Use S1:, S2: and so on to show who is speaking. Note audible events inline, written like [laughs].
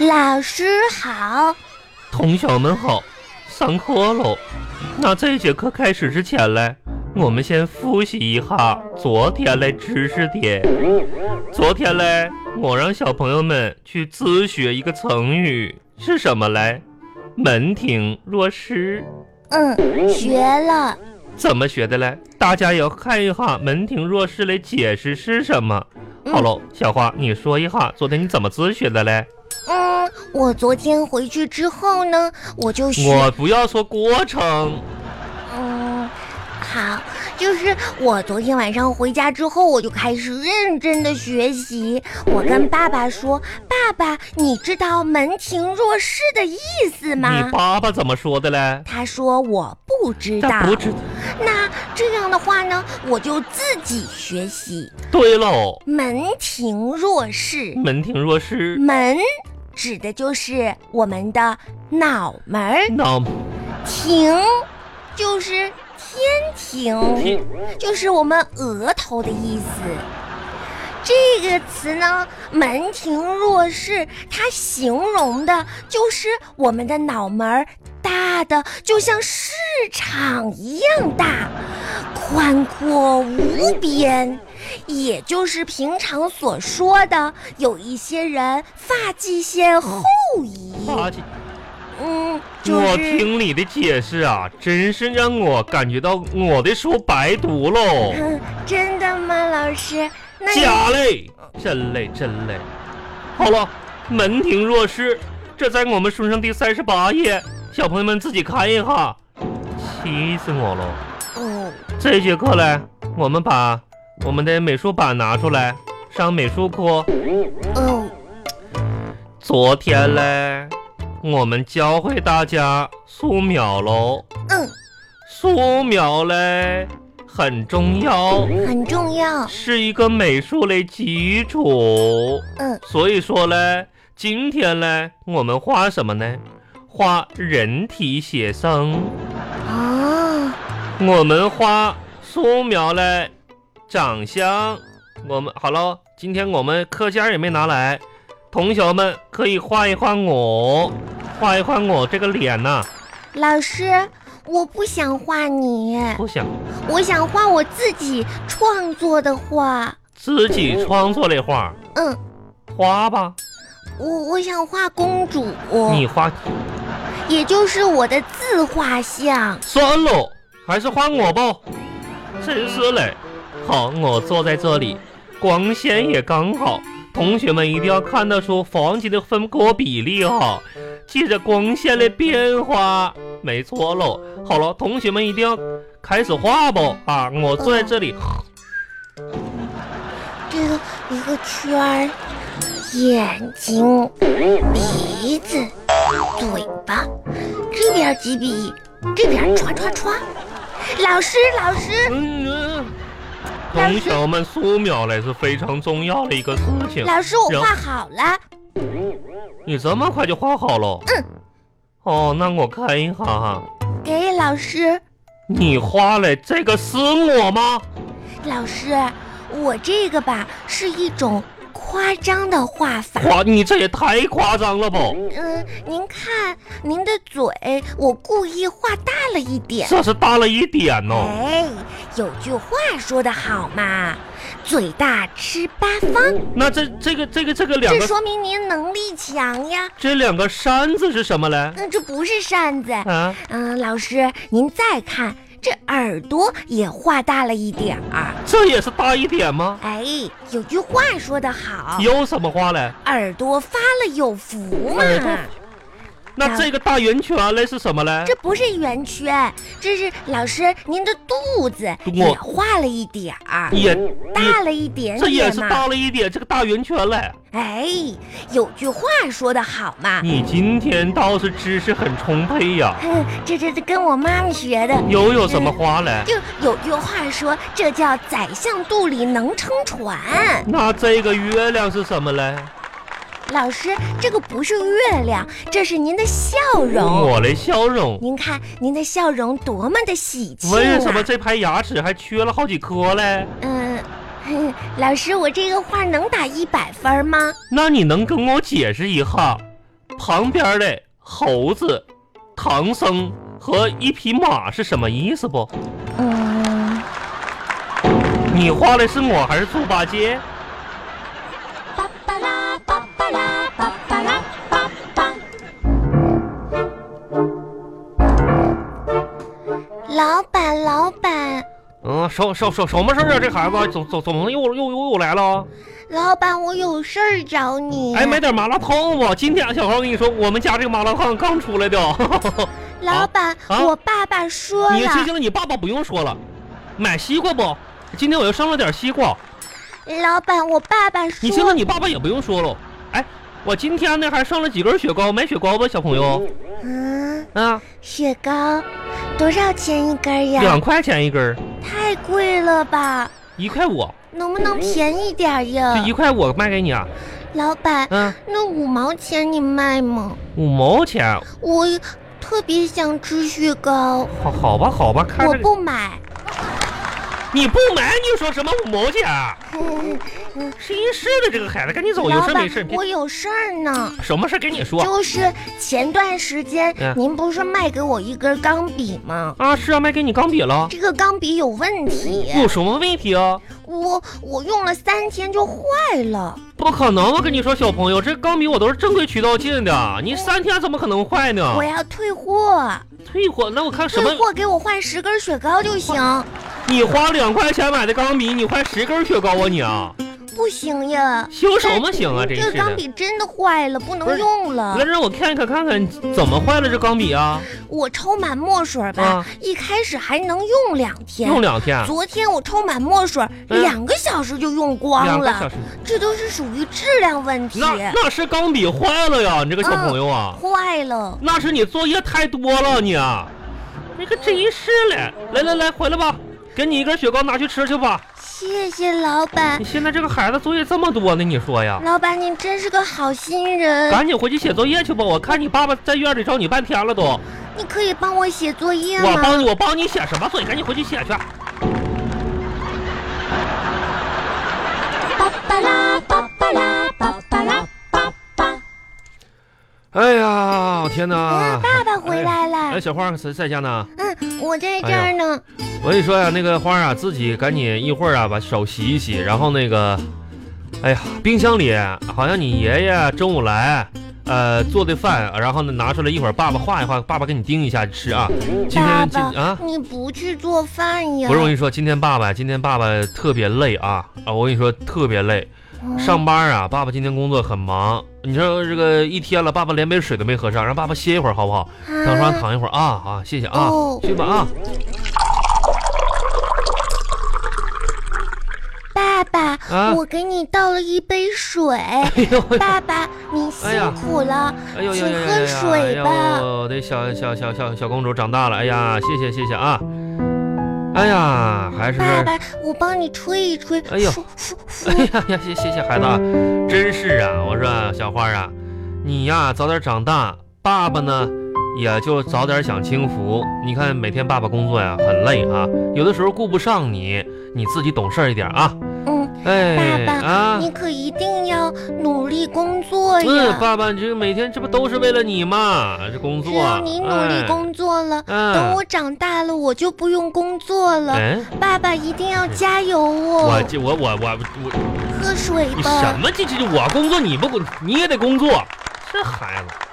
S1: 老师好，
S2: 同学们好，上课喽。那这节课开始之前嘞，我们先复习一下昨天的知识点。昨天嘞，我让小朋友们去自学一个成语是什么嘞？门庭若市。
S1: 嗯，学了。
S2: 怎么学的嘞？大家也要看一下“门庭若市”的解释是什么。好喽，小花，你说一下昨天你怎么自学的嘞？
S1: 嗯，我昨天回去之后呢，我就学，
S2: 我不要说过程，
S1: 嗯，好，就是我昨天晚上回家之后，我就开始认真的学习。我跟爸爸说：“爸爸，你知道‘门庭若市’的意思
S2: 你
S1: 吗
S2: 爸爸怎么说的嘞？”？
S1: 他说：“我不知道。
S2: 但不知
S1: 那这样的话呢，我就自己学习
S2: 对喽，
S1: “门庭若市”。
S2: 门庭若市，
S1: 门指的就是我们的脑门儿，
S2: 脑
S1: 庭就是天庭，
S2: 庭
S1: 就是我们额头的意思。这个词呢，“门庭若市”，它形容的就是我们的脑门儿大的就像市场一样大，宽阔无边。也就是平常所说的，有一些人发际线后移，
S2: 发起。
S1: 嗯，就
S2: 我
S1: 是。
S2: 听你的解释啊，真是让我感觉到我的书白读喽。
S1: 嗯，真的吗，老师？那你
S2: 假嘞，真嘞，真嘞。好了，门庭若市，这在我们书上第三十八页，小朋友们自己看一下。气死我了！
S1: 哦，
S2: 这节课嘞，我们把我们的美术板拿出来，上美术课。
S1: 哦，
S2: 昨天嘞，我们教会大家素描喽。
S1: 嗯，
S2: 素描嘞很重要，
S1: 很重要。
S2: 是一个美术的基础。
S1: 嗯，
S2: 所以说嘞，今天嘞，我们画什么呢？画人体写生。
S1: 哦，
S2: 我们画素描嘞，长相。我们好了，今天我们课件也没拿来，同学们可以画一画我，画一画我这个脸呐、
S1: 老师，我不想画你，
S2: 不想
S1: 我想画我自己创作的画。
S2: 自己创作的画，
S1: 嗯，
S2: 画吧，
S1: 我我想画公主，
S2: 你画
S1: 也就是我的自画像。
S2: 算了，还是换我吧。真是嘞，好，我坐在这里，光线也刚好。同学们一定要看得出房间的分割比例哈、记着光线的变化，没错喽。好了，同学们一定要开始画吧啊！我坐在这里，
S1: 这个一个圈儿，眼睛、鼻子、嘴巴，这边几笔，这边刷刷刷。老师，老师，
S2: 嗯，呃同学们素描嘞是非常重要的一个事情。
S1: 老师，我
S2: 然后
S1: 画好了。
S2: 你这么快就画好了？
S1: 嗯。
S2: 哦，那我看一下哈。
S1: 给老师，
S2: 你画了这个是我吗？
S1: 老师，我这个吧是一种夸张的画法。
S2: 夸你这也太夸张了吧！
S1: 嗯，您看您的嘴，我故意画大了一点。
S2: 这是大了一点哦呢、
S1: 哎，有句话说得好嘛，嘴大吃八方。
S2: 那这这个这个这个哦两
S1: 这
S2: 个
S1: 说明您能力强呀。
S2: 这两个山字是什么嘞？
S1: 嗯，这不是扇子。
S2: 啊，
S1: 嗯，老师，您再看，这耳朵也画大了一点儿。
S2: 这也是大一点吗？
S1: 哎，有句话说得好，
S2: 有什么画嘞？
S1: 耳朵发了有福嘛。
S2: 耳朵那
S1: 啊
S2: 这个大圆圈嘞是什么嘞？
S1: 这不是圆圈，这是老师您的肚子
S2: 我
S1: 也画了一点儿，
S2: 也
S1: 大了一点
S2: 这也
S1: 点
S2: 是
S1: 嘛。
S2: 大了一点，这个大圆圈嘞。
S1: 哎，有句话说得好嘛，
S2: 你今天倒是知识很充沛呀，
S1: 哼， [laughs] 这这这跟我妈妈学的。
S2: 又有什么画嘞？
S1: 就有句话说，这叫宰相肚里能撑船。
S2: 那这个月亮是什么嘞？
S1: 老师，这个不是月亮，这是您的笑容。
S2: 我的笑容。
S1: 您看您的笑容多么的喜庆
S2: 为什么
S1: 啊！
S2: 这排牙齿还缺了好几颗嘞？
S1: 嗯， [laughs] 哼老师，我这个画能打一百分吗？
S2: 那你能跟我解释一下，旁边的猴子、唐僧和一匹马是什么意思不？
S1: 嗯，
S2: 你画的是我还是猪八戒？
S1: 巴巴拉巴巴拉巴巴拉巴巴。老板，老板，
S2: 嗯，什什什什么事儿啊？这孩子怎怎怎么又又又又来了？
S1: 老板，我有事儿找你。
S2: 哎，买点麻辣烫吧。今天小黄跟你说，我们家这个麻辣烫刚出来的。
S1: 老板，
S2: 啊
S1: 我爸爸说
S2: 你提醒
S1: 了，
S2: 了你爸爸不用说了，买西瓜不？今天我又剩了点西瓜。
S1: 老板，我爸爸说，
S2: 你听了你爸爸也不用说了。哎，我今天呢还剩了几根雪糕，买雪糕吧，小朋友。
S1: 嗯，
S2: 啊，
S1: 雪糕多少钱一根呀？
S2: 两块钱一根儿，
S1: 太贵了吧？
S2: 一块五，
S1: 能不能便宜点儿
S2: 这
S1: 呀？
S2: 一块五卖给你啊。
S1: 老板，
S2: 嗯，
S1: 那五毛钱你卖吗？
S2: 五毛钱，
S1: 我特别想吃雪糕，
S2: 好好吧好吧，看
S1: 我
S2: 这个
S1: 不买。
S2: 你不买，你说什么五毛钱？啊真是的，这个孩子，赶紧走，有
S1: 老
S2: 事
S1: 板
S2: 没事，，别
S1: 我有事儿呢。
S2: 什么事跟你说
S1: 就是前段时间
S2: 嗯
S1: 您不是卖给我一根钢笔吗？
S2: 啊？是啊，卖给你钢笔了，
S1: 这个钢笔有问题，
S2: 有什么问题啊？
S1: 我我用了三天就坏了。
S2: 不可能！我跟你说，小朋友，这钢笔我都是正规渠道进的，你三天怎么可能坏呢
S1: 我？要退货，
S2: 退货？那我看啊什
S1: 退
S2: 么？
S1: 货给我换十根雪糕就行，
S2: 你花两块钱买的钢笔，你换十根雪糕啊你啊？
S1: 不行呀，
S2: 行什么行啊？真
S1: 这
S2: 是
S1: 个钢
S2: 的！
S1: 笔啊真的坏了，不
S2: 不是
S1: 能用了
S2: 来。让我看看看看怎么坏了这钢笔啊？
S1: 我抽满墨水吧，
S2: 啊
S1: 一开始还能用两天，
S2: 用两天，
S1: 昨天我抽满墨水，
S2: 嗯
S1: 两个小时就用
S2: 两
S1: 光
S2: 个小
S1: 了，
S2: 时，
S1: 这都是属于质量问题，
S2: 那那是钢笔坏了呀！你这个小
S1: 嗯
S2: 朋友啊，
S1: 坏了。
S2: 那是你作业太多了你啊！那个真是嘞！来来来，回来吧，给你一根雪糕拿去吃去吧。
S1: 谢谢老板
S2: 你，现在这个孩子作业这么多呢，你说呀？
S1: 老板您真是个好心人，
S2: 赶紧回去写作业去吧！我看你爸爸在院里找你半天了都，我
S1: 你可以帮我写作业吗？
S2: 帮你，我帮你写什么作业？赶紧回去写去。
S1: 巴巴拉巴巴拉巴巴拉巴巴。
S2: 哎呀，我天
S1: 啊，
S2: 哪！
S1: 爸爸回来
S2: 哎，
S1: 了，
S2: 小花在在家呢。
S1: 嗯，我在这儿呢。
S2: 我跟你说呀、那个花啊，自己赶紧一会儿啊，把手洗一洗，然后那个，哎呀，冰箱里好像你爷爷中午来。呃，做的饭，然后呢，拿出来一会儿，爸爸画一画，爸爸给你盯一下吃啊。今
S1: 爸
S2: 天今啊
S1: 爸，，你不去做饭呀？
S2: 不是我跟你说，今天爸爸，今天爸爸特别累啊啊！我跟你说，特别累，
S1: 嗯
S2: 上班啊，爸爸今天工作很忙，你说这个一天了，爸爸连杯水都没喝上，让爸爸歇一会儿好不好？让床上
S1: 啊
S2: 躺一会儿啊啊，谢谢啊
S1: 哦，
S2: 去吧啊。
S1: 爸爸，
S2: 啊
S1: 我给你倒了一杯水。
S2: 哎呦，
S1: 爸爸，您辛苦了，
S2: 哎呦，
S1: 请
S2: 哎呦
S1: 喝水吧
S2: 哎呦，我的小小小小小公主长大了，哎呀，谢谢谢谢啊。哎呀，还是
S1: 爸爸，我帮你吹一吹。
S2: 哎呦
S1: 呼呼呼
S2: 哎呀呀，谢谢谢孩子啊，真是啊，我说小花啊，你呀早点长大，爸爸呢也就早点享清福。你看每天爸爸工作呀很累啊，有的时候顾不上你，你自己懂事儿一点啊。
S1: 嗯，
S2: 哎，
S1: 爸爸
S2: 啊，
S1: 你可一定要努力工作
S2: 嗯，
S1: 哎呀。
S2: 爸爸，你这每天这不都是为了你嘛？这工
S1: 只
S2: 作，
S1: 要啊你努力
S2: 哎，
S1: 工作了，
S2: 嗯
S1: 等我长大了，我就不用工作了。
S2: 哎，
S1: 爸爸一定要加油
S2: 嗯我
S1: 哦！
S2: 这我我我我，
S1: 喝水
S2: 你什
S1: 吧。
S2: 么这这这我工作你不工你也得工作，这孩子。